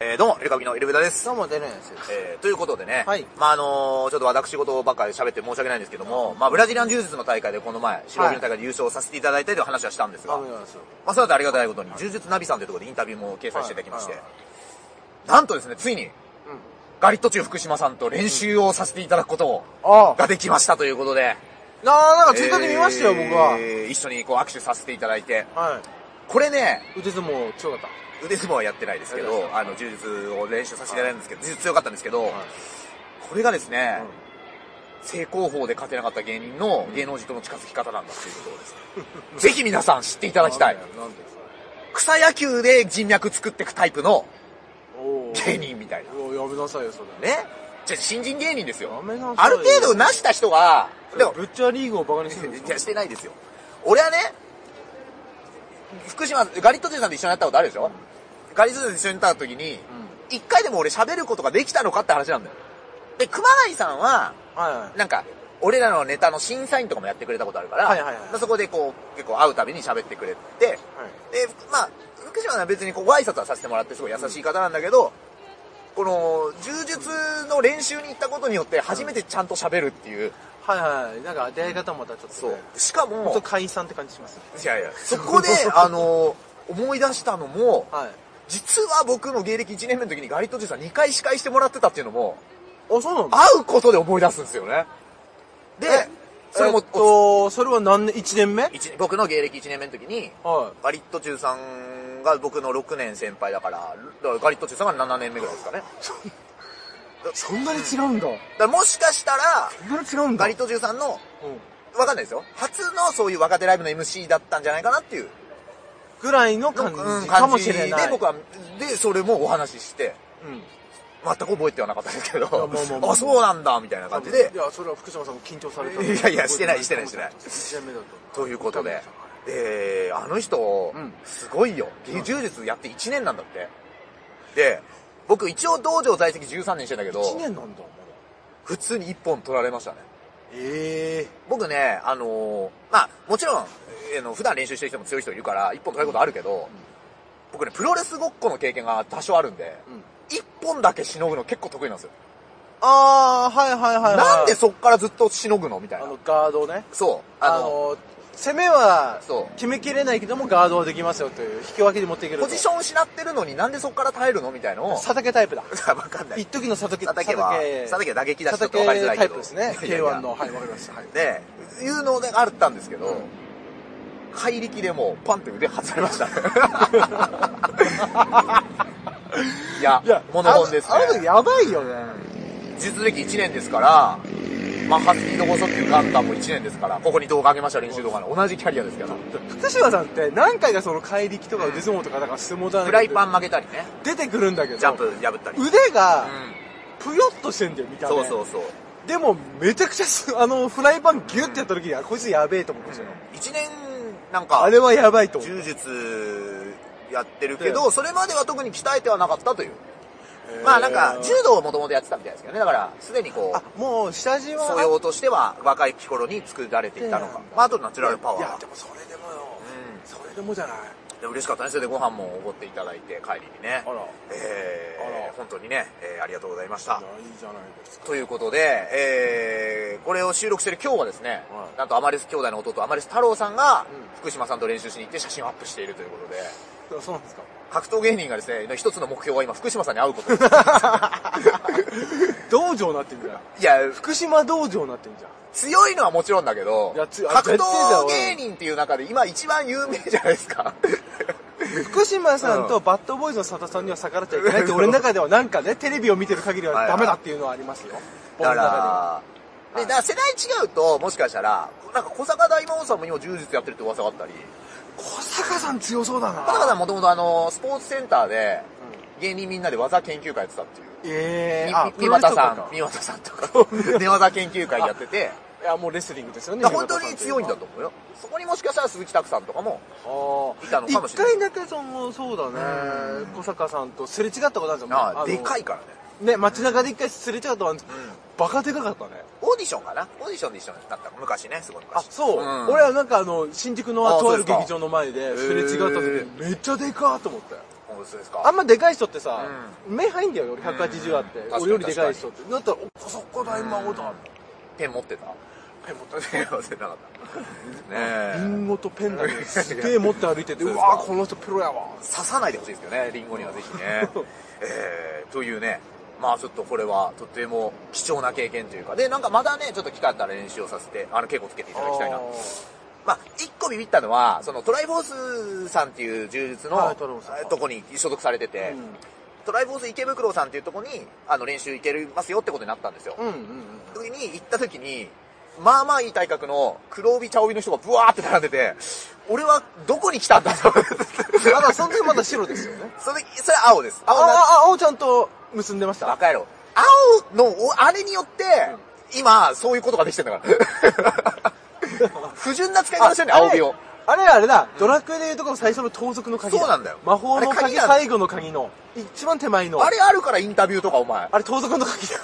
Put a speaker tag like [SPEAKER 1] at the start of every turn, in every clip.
[SPEAKER 1] えー、どうも、エルカビのエルベダです。
[SPEAKER 2] どうも出るんですよ。
[SPEAKER 1] えー、ということでね、
[SPEAKER 2] はい
[SPEAKER 1] まああのーちょっと私事ばっかり喋って申し訳ないんですけども、まあブラジリアン柔術の大会でこの前、白帯の大会で優勝させていただいたりという話はしたんですが、
[SPEAKER 2] 番
[SPEAKER 1] ま
[SPEAKER 2] 組なんですよ。
[SPEAKER 1] あそれだとありがたいことに、柔術ナビさんというところでインタビューも掲載していただきまして、
[SPEAKER 2] はい
[SPEAKER 1] なんとですね、ついに、
[SPEAKER 2] うん。
[SPEAKER 1] ガリット中福島さんと練習をさせていただくことを、
[SPEAKER 2] ああ。
[SPEAKER 1] ができましたということで、
[SPEAKER 2] なあ、なんかツイッターで見ましたよ、僕は。
[SPEAKER 1] えー一緒にこう握手させていただいて、
[SPEAKER 2] は
[SPEAKER 1] これね、
[SPEAKER 2] い。腕相撲、強かっ
[SPEAKER 1] 腕相撲はやってないですけ
[SPEAKER 2] やってない
[SPEAKER 1] ど、あの、柔術を練習させていただいたんですけど、柔術強かったんですけど、
[SPEAKER 2] た。はい。
[SPEAKER 1] これがですね、
[SPEAKER 2] うん
[SPEAKER 1] 正攻法で勝てなかった芸人の芸能人との近づき方なんだっていうことです、ね、ぜひ皆さん知っていただきたい
[SPEAKER 2] なんでなんで
[SPEAKER 1] 草野球で人脈作っていくタイプの
[SPEAKER 2] おー
[SPEAKER 1] 芸。人みたいな
[SPEAKER 2] おやめなさいよ、それ。
[SPEAKER 1] ねじゃあ新人芸人です
[SPEAKER 2] や
[SPEAKER 1] よ
[SPEAKER 2] めなさいよ。
[SPEAKER 1] ある程度なした人がでも
[SPEAKER 2] ブッチャーリーグをバカにするんで
[SPEAKER 1] いや
[SPEAKER 2] す
[SPEAKER 1] し
[SPEAKER 2] か
[SPEAKER 1] てないですよ俺はね福島ガリット店さんと一緒にやったことあるでしょ、ガリット店と一緒にやった時に一、回でも俺喋ることができたのかって話なんだよで熊谷さんは
[SPEAKER 2] はいはい。
[SPEAKER 1] なんか、俺らのネタの審査員とかもやってくれたことあるから、
[SPEAKER 2] はいはいはい
[SPEAKER 1] そこでこう、結構会うたびに喋ってくれて、で、まあ、福島は別にこう、ご挨拶はさせてもらって、すごい優しい方なんだけど、この、柔術の練習に行ったことによって、初めてちゃんと喋るっていう、
[SPEAKER 2] はいはいはい。なんか出会い方もまたちょっとね。
[SPEAKER 1] しか
[SPEAKER 2] ほんと
[SPEAKER 1] も、
[SPEAKER 2] 会員さんって感じしますね。
[SPEAKER 1] いやいや、そこで、あの、思い出したのも、
[SPEAKER 2] はい。
[SPEAKER 1] 実は僕の芸歴1年目の時にガリットジュさん2回司会してもらってたっていうのも、
[SPEAKER 2] あ、そうなんだ。
[SPEAKER 1] 会うことで思い出すんですよね。で
[SPEAKER 2] え、
[SPEAKER 1] それ
[SPEAKER 2] え
[SPEAKER 1] も
[SPEAKER 2] っ、と、それは何年、1年目はい。
[SPEAKER 1] 一僕の芸歴1年目の時に、ガリット中さんが僕の6年先輩だから、だからガリット中さんが7年目ぐらいですかね。
[SPEAKER 2] そんなに違うんだ。
[SPEAKER 1] だからもしかしたら、
[SPEAKER 2] そんなに違うんだ。
[SPEAKER 1] ガリット中さんの、
[SPEAKER 2] うん
[SPEAKER 1] わかんないですよ。初のそういう若手ライブの MC だったんじゃないかなっていう、
[SPEAKER 2] ぐらいの感
[SPEAKER 1] うん、
[SPEAKER 2] じかも
[SPEAKER 1] 感じ
[SPEAKER 2] しれ
[SPEAKER 1] で
[SPEAKER 2] ない。
[SPEAKER 1] 僕は、で、それもお話しして、
[SPEAKER 2] うん。
[SPEAKER 1] 全く覚えてはなかったですけど、
[SPEAKER 2] やまあまあまあ
[SPEAKER 1] あ、そうなんだ、みたいな感じで
[SPEAKER 2] い、やそれは福島さんも緊張された
[SPEAKER 1] いやいやしてないしてないしてない
[SPEAKER 2] 1年目だと
[SPEAKER 1] ということで、で、あの人
[SPEAKER 2] うん、
[SPEAKER 1] すごいよ。技術術やって1年なんだって。で、僕一応道場在籍13年してんだけど、
[SPEAKER 2] 1年なんだまだ
[SPEAKER 1] 普通に1本取られましたね。
[SPEAKER 2] え
[SPEAKER 1] 僕ね、あのーまあ、もちろん、えーの普段練習してる人も強い人いるから、一本取れることあるけど、僕ね、プロレスごっこの経験が多少あるんで
[SPEAKER 2] え、うん
[SPEAKER 1] 一、本だけしのぐの結構得意なんですよ。
[SPEAKER 2] ああはいはいはいはい
[SPEAKER 1] なんでそっからずっとしのぐのみたい
[SPEAKER 2] あ
[SPEAKER 1] な。
[SPEAKER 2] のガードね
[SPEAKER 1] そう。あ
[SPEAKER 2] あ
[SPEAKER 1] の、
[SPEAKER 2] の攻めは
[SPEAKER 1] そう
[SPEAKER 2] 決めきれないけどもガードはできますよという引き分けで持っていける
[SPEAKER 1] ポジション失ってるのになんでそっから耐えるのみたいのを、
[SPEAKER 2] 佐竹タイプだ
[SPEAKER 1] わかんない
[SPEAKER 2] 一。時の佐竹
[SPEAKER 1] 佐竹は佐竹は打撃だしちょっと分かりづらいけ
[SPEAKER 2] タイ
[SPEAKER 1] ど
[SPEAKER 2] プですね
[SPEAKER 1] いやいや
[SPEAKER 2] K1 のはいわかりましたはい
[SPEAKER 1] で、いうのがあったんですけど、怪力でもうパンって腕外れました ね。いや、物本ですね
[SPEAKER 2] あのあの時。やばいよね
[SPEAKER 1] 実歴1年ですから、マッハスピード細っていうガンダムも1年ですから、ここに動画上げました練習動画の同じキャリアですけど、
[SPEAKER 2] 福島さんって何回かその怪力とか腕相撲とかなんか相撲だ
[SPEAKER 1] フライパ
[SPEAKER 2] ン
[SPEAKER 1] ン曲げたりね、
[SPEAKER 2] 出てくるんだけど
[SPEAKER 1] ジャンプ破ったり。うん。
[SPEAKER 2] 腕が、ぷよっとしてんだよ、見た目。
[SPEAKER 1] そうそうそう。
[SPEAKER 2] でも、めちゃくちゃす、あの、フライパンギュッてやった時に、あ、こいつやべえと思ってましたよ。
[SPEAKER 1] 1年、なんか、
[SPEAKER 2] あれはやばいと思
[SPEAKER 1] 柔
[SPEAKER 2] う。
[SPEAKER 1] 術やってるけど、それまでは特に鍛えてはなかったという。まあなんか、柔道をもともとやってたみたいですけどね。だから、すでにこ
[SPEAKER 2] あ
[SPEAKER 1] う、、
[SPEAKER 2] もう、下地は。
[SPEAKER 1] 素養としては若い頃に作られていたのか。まああとナチュラルパワ
[SPEAKER 2] いや、
[SPEAKER 1] ー
[SPEAKER 2] で。もそれでもよ。それでもじゃない。
[SPEAKER 1] で嬉しかったですよ。で、ご飯もおごっていただいて、帰りにね。
[SPEAKER 2] あらあ
[SPEAKER 1] え
[SPEAKER 2] ら
[SPEAKER 1] ー、本当にね、えーありがとうございました
[SPEAKER 2] い。やいいじゃないですか。
[SPEAKER 1] ということで、えー、これを収録してる今日はですね、
[SPEAKER 2] はい
[SPEAKER 1] なんとアマレス兄弟の弟、アマレス太郎さんが
[SPEAKER 2] う、
[SPEAKER 1] 福島さんと練習しに行って写真をアップしているということで、
[SPEAKER 2] あそうなんですか。
[SPEAKER 1] 格闘芸人がですね、一つの目標は今、福島さんに会うこと です。
[SPEAKER 2] 道場になってんじゃ ん。
[SPEAKER 1] いや、
[SPEAKER 2] 福島道場になってんじゃん。
[SPEAKER 1] 強いのはもちろんだけど、
[SPEAKER 2] いやつ
[SPEAKER 1] 格
[SPEAKER 2] あ絶対だ
[SPEAKER 1] 闘
[SPEAKER 2] わ
[SPEAKER 1] 芸人っていう中で今一番有名じゃないです か。
[SPEAKER 2] 福島さんとバッドボーイズの佐田さんには逆らっちゃいけないって、俺の中ではなんかね、テレビを見てる限りはダメだっていうのはありますよ。
[SPEAKER 1] だか
[SPEAKER 2] 俺の中では
[SPEAKER 1] ら、でだから世代違うと、もしかしたら、なんか小坂大魔王さんも今柔術やってるって噂があったり、
[SPEAKER 2] 小坂さん強そうだな。
[SPEAKER 1] 小坂さんもともとあの、スポーツセンターで、芸人みんなで技研究会やってたっていう。
[SPEAKER 2] ええー、
[SPEAKER 1] み三股さん、
[SPEAKER 2] プ
[SPEAKER 1] 三股さんとか、寝技研究会やってて、
[SPEAKER 2] ロレスとかいや、もうレスリングですよね。
[SPEAKER 1] だから本当に強いんだと思うよ。そこにもしかしたら鈴木拓さんとかも、
[SPEAKER 2] 思
[SPEAKER 1] いたのかもし
[SPEAKER 2] 一
[SPEAKER 1] れない
[SPEAKER 2] 回だけその、そうだね、小坂さんとすれ違ったことあるんですよ。
[SPEAKER 1] なあ
[SPEAKER 2] の
[SPEAKER 1] でかいからね。
[SPEAKER 2] ね、街中で一回すれ違ったことあるんですよ。バカでかかったね。
[SPEAKER 1] オーディションかなオーディションで一緒になったの昔ね、すごい
[SPEAKER 2] あ、
[SPEAKER 1] 昔。
[SPEAKER 2] そう。
[SPEAKER 1] ん
[SPEAKER 2] 俺はなんかあの、新宿の
[SPEAKER 1] あ
[SPEAKER 2] とある
[SPEAKER 1] そうですか
[SPEAKER 2] 劇場の前で、すれ違った時にめっちゃでかーと思ったよ。
[SPEAKER 1] うんの薄ですか
[SPEAKER 2] あんまでかい人ってさ、目入んだよ、俺180あって
[SPEAKER 1] 確。かに
[SPEAKER 2] 俺よりでかい人って。だったら、おこそこだ、今、
[SPEAKER 1] うん
[SPEAKER 2] おだ。
[SPEAKER 1] ペン持ってたペン持ってた忘れなかった。ねえ。
[SPEAKER 2] リンゴとペンだけすげえ持って歩いてて、うわーこの人プロやわ。
[SPEAKER 1] 刺さないでほしいですよね、リンゴにはぜひ ね。えー、というね、まあちょっとこれはとても貴重な経験というか、で、なんかまだね、ちょっと機会あったら練習をさせて、あの、稽古つけていただきたいな。まあ、一個ビビったのは、そのトライフォースさんっていう柔術の、
[SPEAKER 2] はいトライフォースさん
[SPEAKER 1] えーとこに所属されてて、
[SPEAKER 2] うん
[SPEAKER 1] トライフォース池袋さんっていうとこに、あの、練習行けますよってことになったんですよ。
[SPEAKER 2] うんうんうん。
[SPEAKER 1] 時に行った時に、まあまあいい体格の黒帯茶帯の人がブワーって並んでて、俺はどこに来たんだと。
[SPEAKER 2] まだ、その時まだ白ですよね。
[SPEAKER 1] それ、それ青です。
[SPEAKER 2] あ
[SPEAKER 1] 青な、
[SPEAKER 2] あ、あ、青ちゃんと結んでました
[SPEAKER 1] バカ野郎。青の、おあれによって、今、そういうことができてんだから。 不純な使い方してるね、青帯を。
[SPEAKER 2] あれあれだ、ドラクエでいうとこの最初の盗賊の鍵だ。
[SPEAKER 1] そうなんだよ
[SPEAKER 2] 魔法の
[SPEAKER 1] あれ鍵
[SPEAKER 2] 鍵、
[SPEAKER 1] なんだ
[SPEAKER 2] 最後の鍵の、一番手前の。
[SPEAKER 1] あれあるからインタビューとかお前。
[SPEAKER 2] あれ盗賊の鍵だ。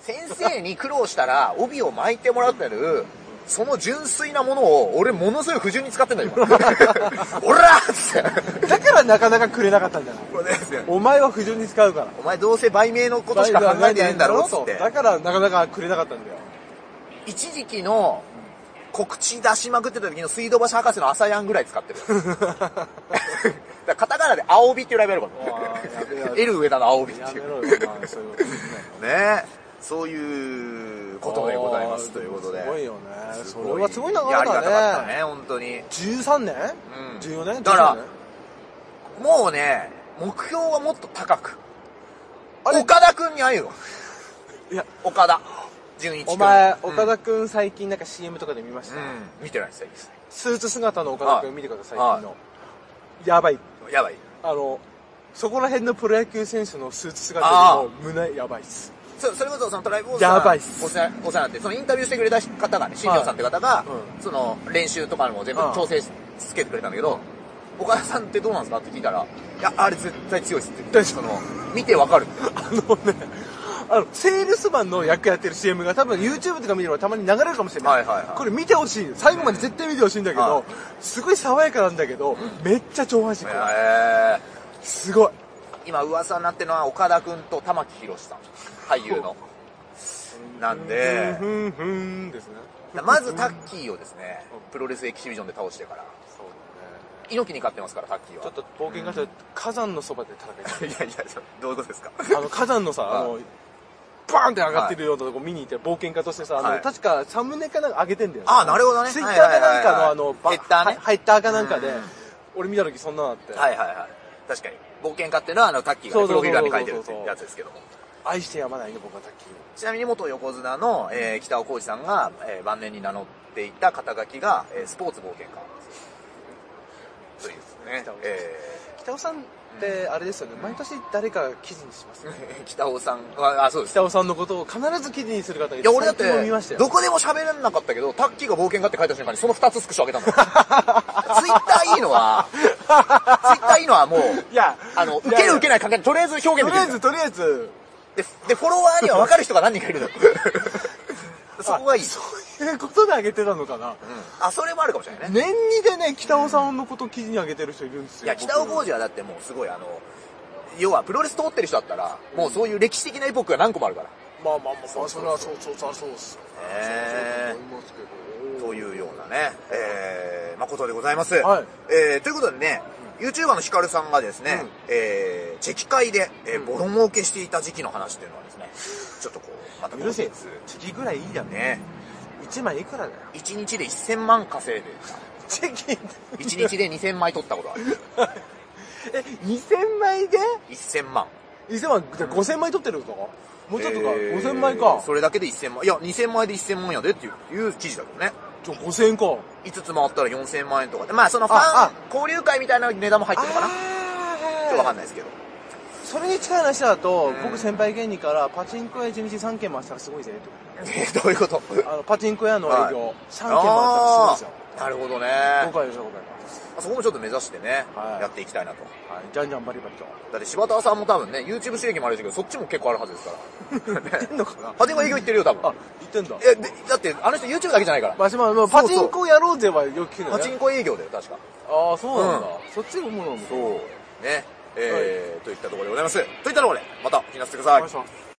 [SPEAKER 1] 先生に苦労したら帯を巻いてもらってる、その純粋なものを、俺ものすごい不純に使ってんだよ、 今。おらーっつって。
[SPEAKER 2] だからなかなかくれなかったんじゃない
[SPEAKER 1] これですね。
[SPEAKER 2] お前は不純に使うから。
[SPEAKER 1] お前どうせ売名のことしか考えてないんだろうっつって。
[SPEAKER 2] だからなかなかくれなかったんだよ。
[SPEAKER 1] 一時期の告知出しまくってた時の水道橋博士の朝やんぐらい使 ってる。だからカタカナで青帯っていうライブやるか
[SPEAKER 2] わあやべえや
[SPEAKER 1] ら。
[SPEAKER 2] べえ
[SPEAKER 1] L 上田の青帯って
[SPEAKER 2] や
[SPEAKER 1] い
[SPEAKER 2] め
[SPEAKER 1] う。
[SPEAKER 2] ろよ、まあ、そういうことね。
[SPEAKER 1] ねそういうことでございます。
[SPEAKER 2] あー
[SPEAKER 1] ということで。
[SPEAKER 2] すごいよね。
[SPEAKER 1] す
[SPEAKER 2] そ
[SPEAKER 1] ご
[SPEAKER 2] れはすごい長
[SPEAKER 1] いやあ
[SPEAKER 2] かっ
[SPEAKER 1] りがたかったた
[SPEAKER 2] ね。
[SPEAKER 1] ね、本当に。
[SPEAKER 2] 13年、
[SPEAKER 1] うん
[SPEAKER 2] ?14 年
[SPEAKER 1] だから
[SPEAKER 2] 13年
[SPEAKER 1] もうね、目標はもっと高く。
[SPEAKER 2] あれ
[SPEAKER 1] 岡田くんに会えよ。
[SPEAKER 2] いや、
[SPEAKER 1] 岡田。純一くん。
[SPEAKER 2] お前、
[SPEAKER 1] うん
[SPEAKER 2] 岡田くん最近なんか CM とかで見まし
[SPEAKER 1] う
[SPEAKER 2] た、
[SPEAKER 1] ん、見てないです、最近
[SPEAKER 2] スーツ姿の岡田
[SPEAKER 1] は
[SPEAKER 2] く
[SPEAKER 1] い
[SPEAKER 2] ん見てください、最近の。やばい。
[SPEAKER 1] やばい。
[SPEAKER 2] あの、そこら辺のプロ野球選手のスーツ姿よりも胸やばいっす。
[SPEAKER 1] そそれこそそのトライブオー
[SPEAKER 2] やばいっす
[SPEAKER 1] お世話お世話になって、そのインタビューしてくれた方がね、新庄さんって方が、
[SPEAKER 2] う
[SPEAKER 1] その練習とかも全部
[SPEAKER 2] うん
[SPEAKER 1] 調整しつけてくれたんだけど、岡田さんってどうなんですかって聞いたら、いや、あれ絶対強いっすって言って、その、見てわかるって。
[SPEAKER 2] あのね、あの、セールスマンの役やってる CM が多分 YouTube とか見ればたまに流れるかもしれない。
[SPEAKER 1] はいはいはい
[SPEAKER 2] これ見てほしい。最後まで絶対見てほしいんだけ
[SPEAKER 1] は
[SPEAKER 2] ど
[SPEAKER 1] い、
[SPEAKER 2] すごい爽やかなんだけど、めっちゃ上半身怖い。
[SPEAKER 1] へー
[SPEAKER 2] すごい。
[SPEAKER 1] 今噂になってるのは岡田くんと玉木宏さん、俳優の。なんで
[SPEAKER 2] ふ、んふんふんですね。
[SPEAKER 1] まずタッキーをですね、プロレスエキシビジョンで倒してから、
[SPEAKER 2] そうだね。
[SPEAKER 1] 猪木に勝ってますから、タッキーは。
[SPEAKER 2] ちょっと冒険家と火山のそばで戦い
[SPEAKER 1] いやいや、そうどういうことですか
[SPEAKER 2] あの火山のさ、あの、バーンって上がってるようなとこ見に行って、冒険家としてさ、あ
[SPEAKER 1] は
[SPEAKER 2] の、
[SPEAKER 1] い
[SPEAKER 2] 確かサムネかなんか上げてんだよ。
[SPEAKER 1] あなるほどね
[SPEAKER 2] ツイッターかなんか
[SPEAKER 1] はいはいはいはい
[SPEAKER 2] のあの、ば
[SPEAKER 1] ヘッダーね
[SPEAKER 2] はヘッダーかなんかで
[SPEAKER 1] うん、
[SPEAKER 2] 俺見た時そんなのあって、
[SPEAKER 1] はいはいはい。確かに。冒険家っていうのは、あの、タッキーがね、
[SPEAKER 2] そう
[SPEAKER 1] プ
[SPEAKER 2] そ
[SPEAKER 1] ロ
[SPEAKER 2] う
[SPEAKER 1] フィー
[SPEAKER 2] そう
[SPEAKER 1] ル欄に書いてるって
[SPEAKER 2] そうそうそう
[SPEAKER 1] やつですけども。
[SPEAKER 2] 愛してやまないね、僕は卓球。
[SPEAKER 1] ちなみに元横綱の、えー北尾浩二さんが、えー晩年に名乗っていた肩書きが、えースポーツ冒険家。というですね
[SPEAKER 2] 北尾。
[SPEAKER 1] え
[SPEAKER 2] 北尾さんって、あれですよね、毎年誰か記事にしますね。
[SPEAKER 1] ー 北尾さんは、あ、そうです。
[SPEAKER 2] 北尾さんのことを必ず記事にする方がい
[SPEAKER 1] いや、俺だって
[SPEAKER 2] 最近も見ました、
[SPEAKER 1] ど
[SPEAKER 2] よ。
[SPEAKER 1] こでも喋れなかったけど、タッキーが冒険家って書いた瞬間にその2つスクショあ げたんだよ。ツイッターいいのは、ツイッターいいのはもう、
[SPEAKER 2] いや、
[SPEAKER 1] あの、受ける受けない関係ない。とりあえず表現でき
[SPEAKER 2] と
[SPEAKER 1] る
[SPEAKER 2] りあえず、とりあえず、
[SPEAKER 1] で、で、フォロワーには分かる人が何人かい るのよ。そこがいい。
[SPEAKER 2] そういうことで上げてたのかな。
[SPEAKER 1] あ、それもあるかもしれないね。
[SPEAKER 2] 年にでね、北尾さんのことを記事に上げてる人いるんですよ。
[SPEAKER 1] いや、北尾
[SPEAKER 2] 僕
[SPEAKER 1] 浩二はだってもうすごいあの、要はプロレス通ってる人だったら、もうそういう歴史的なエポックが何個もあるから。
[SPEAKER 2] まあまあまあまあ、それはそうそうそうそうっすよ
[SPEAKER 1] ねえ
[SPEAKER 2] ね。そうそうそう思いますけど。
[SPEAKER 1] というようなね、えー、誠でございます。
[SPEAKER 2] はい
[SPEAKER 1] えー、ということでね、YouTuber のヒカルさんがですね、
[SPEAKER 2] うん
[SPEAKER 1] えー、チェキ会で、えー、
[SPEAKER 2] ん
[SPEAKER 1] ボロ儲けしていた時期の話っていうのはですね、ちょっとこう、また
[SPEAKER 2] 許せ
[SPEAKER 1] 後日
[SPEAKER 2] チェキぐらいいいだろ。
[SPEAKER 1] ね、
[SPEAKER 2] 1枚いくらだよ。
[SPEAKER 1] 1日で1000万稼いで
[SPEAKER 2] チェキ
[SPEAKER 1] た、1日で2000枚取ったことある。
[SPEAKER 2] え、2000枚で
[SPEAKER 1] 1000万。
[SPEAKER 2] ?2000 枚、じゃあ5000枚取ってるのかもうちょっとか、
[SPEAKER 1] えー
[SPEAKER 2] 5000枚か。
[SPEAKER 1] それだけで1000万。いや、2000万円で1000万やでっていういう記事だけどね。
[SPEAKER 2] じゃあ5000か。
[SPEAKER 1] 5つ回ったら4000万円とかで。まあ、そのフ
[SPEAKER 2] あ
[SPEAKER 1] ァン
[SPEAKER 2] あ、
[SPEAKER 1] 交流会みたいな値段も入ってるのかなちょっとわかん
[SPEAKER 2] い。
[SPEAKER 1] ないですけど。
[SPEAKER 2] それに近い話だと
[SPEAKER 1] ん、
[SPEAKER 2] 僕先輩芸人から、パチンコ屋1日3軒回したらすごいぜ、と
[SPEAKER 1] えーどういう こと
[SPEAKER 2] あの、パチンコ屋の営業、3軒回ったら
[SPEAKER 1] あ
[SPEAKER 2] すごいですよ。
[SPEAKER 1] ーなるほどね。
[SPEAKER 2] 5回でしょ、5回ます。
[SPEAKER 1] そこもちょっと目指してね、
[SPEAKER 2] はい
[SPEAKER 1] やっていきたいなと。
[SPEAKER 2] はい、じゃんじゃんバリバリと。
[SPEAKER 1] だって柴田さんも多分ね、YouTube 収益もあるでしょうけど、そっちも結構あるはずですから。ね
[SPEAKER 2] 言ってんのかな
[SPEAKER 1] 派手は営業行ってるよ、多分
[SPEAKER 2] あ。、言ってんだ。
[SPEAKER 1] え、でだって、あの人 YouTube だけじゃないから。
[SPEAKER 2] まあ、まあまあパチンコやろうぜはよく聞くの
[SPEAKER 1] パ
[SPEAKER 2] ね
[SPEAKER 1] チンコ営業だよ、確か。
[SPEAKER 2] ああ、そうなんだ。
[SPEAKER 1] う
[SPEAKER 2] そっちが主なのか。
[SPEAKER 1] そう。ね。えーといったところでございます。といったところで、またお聞きなさってください
[SPEAKER 2] お願いし。ます。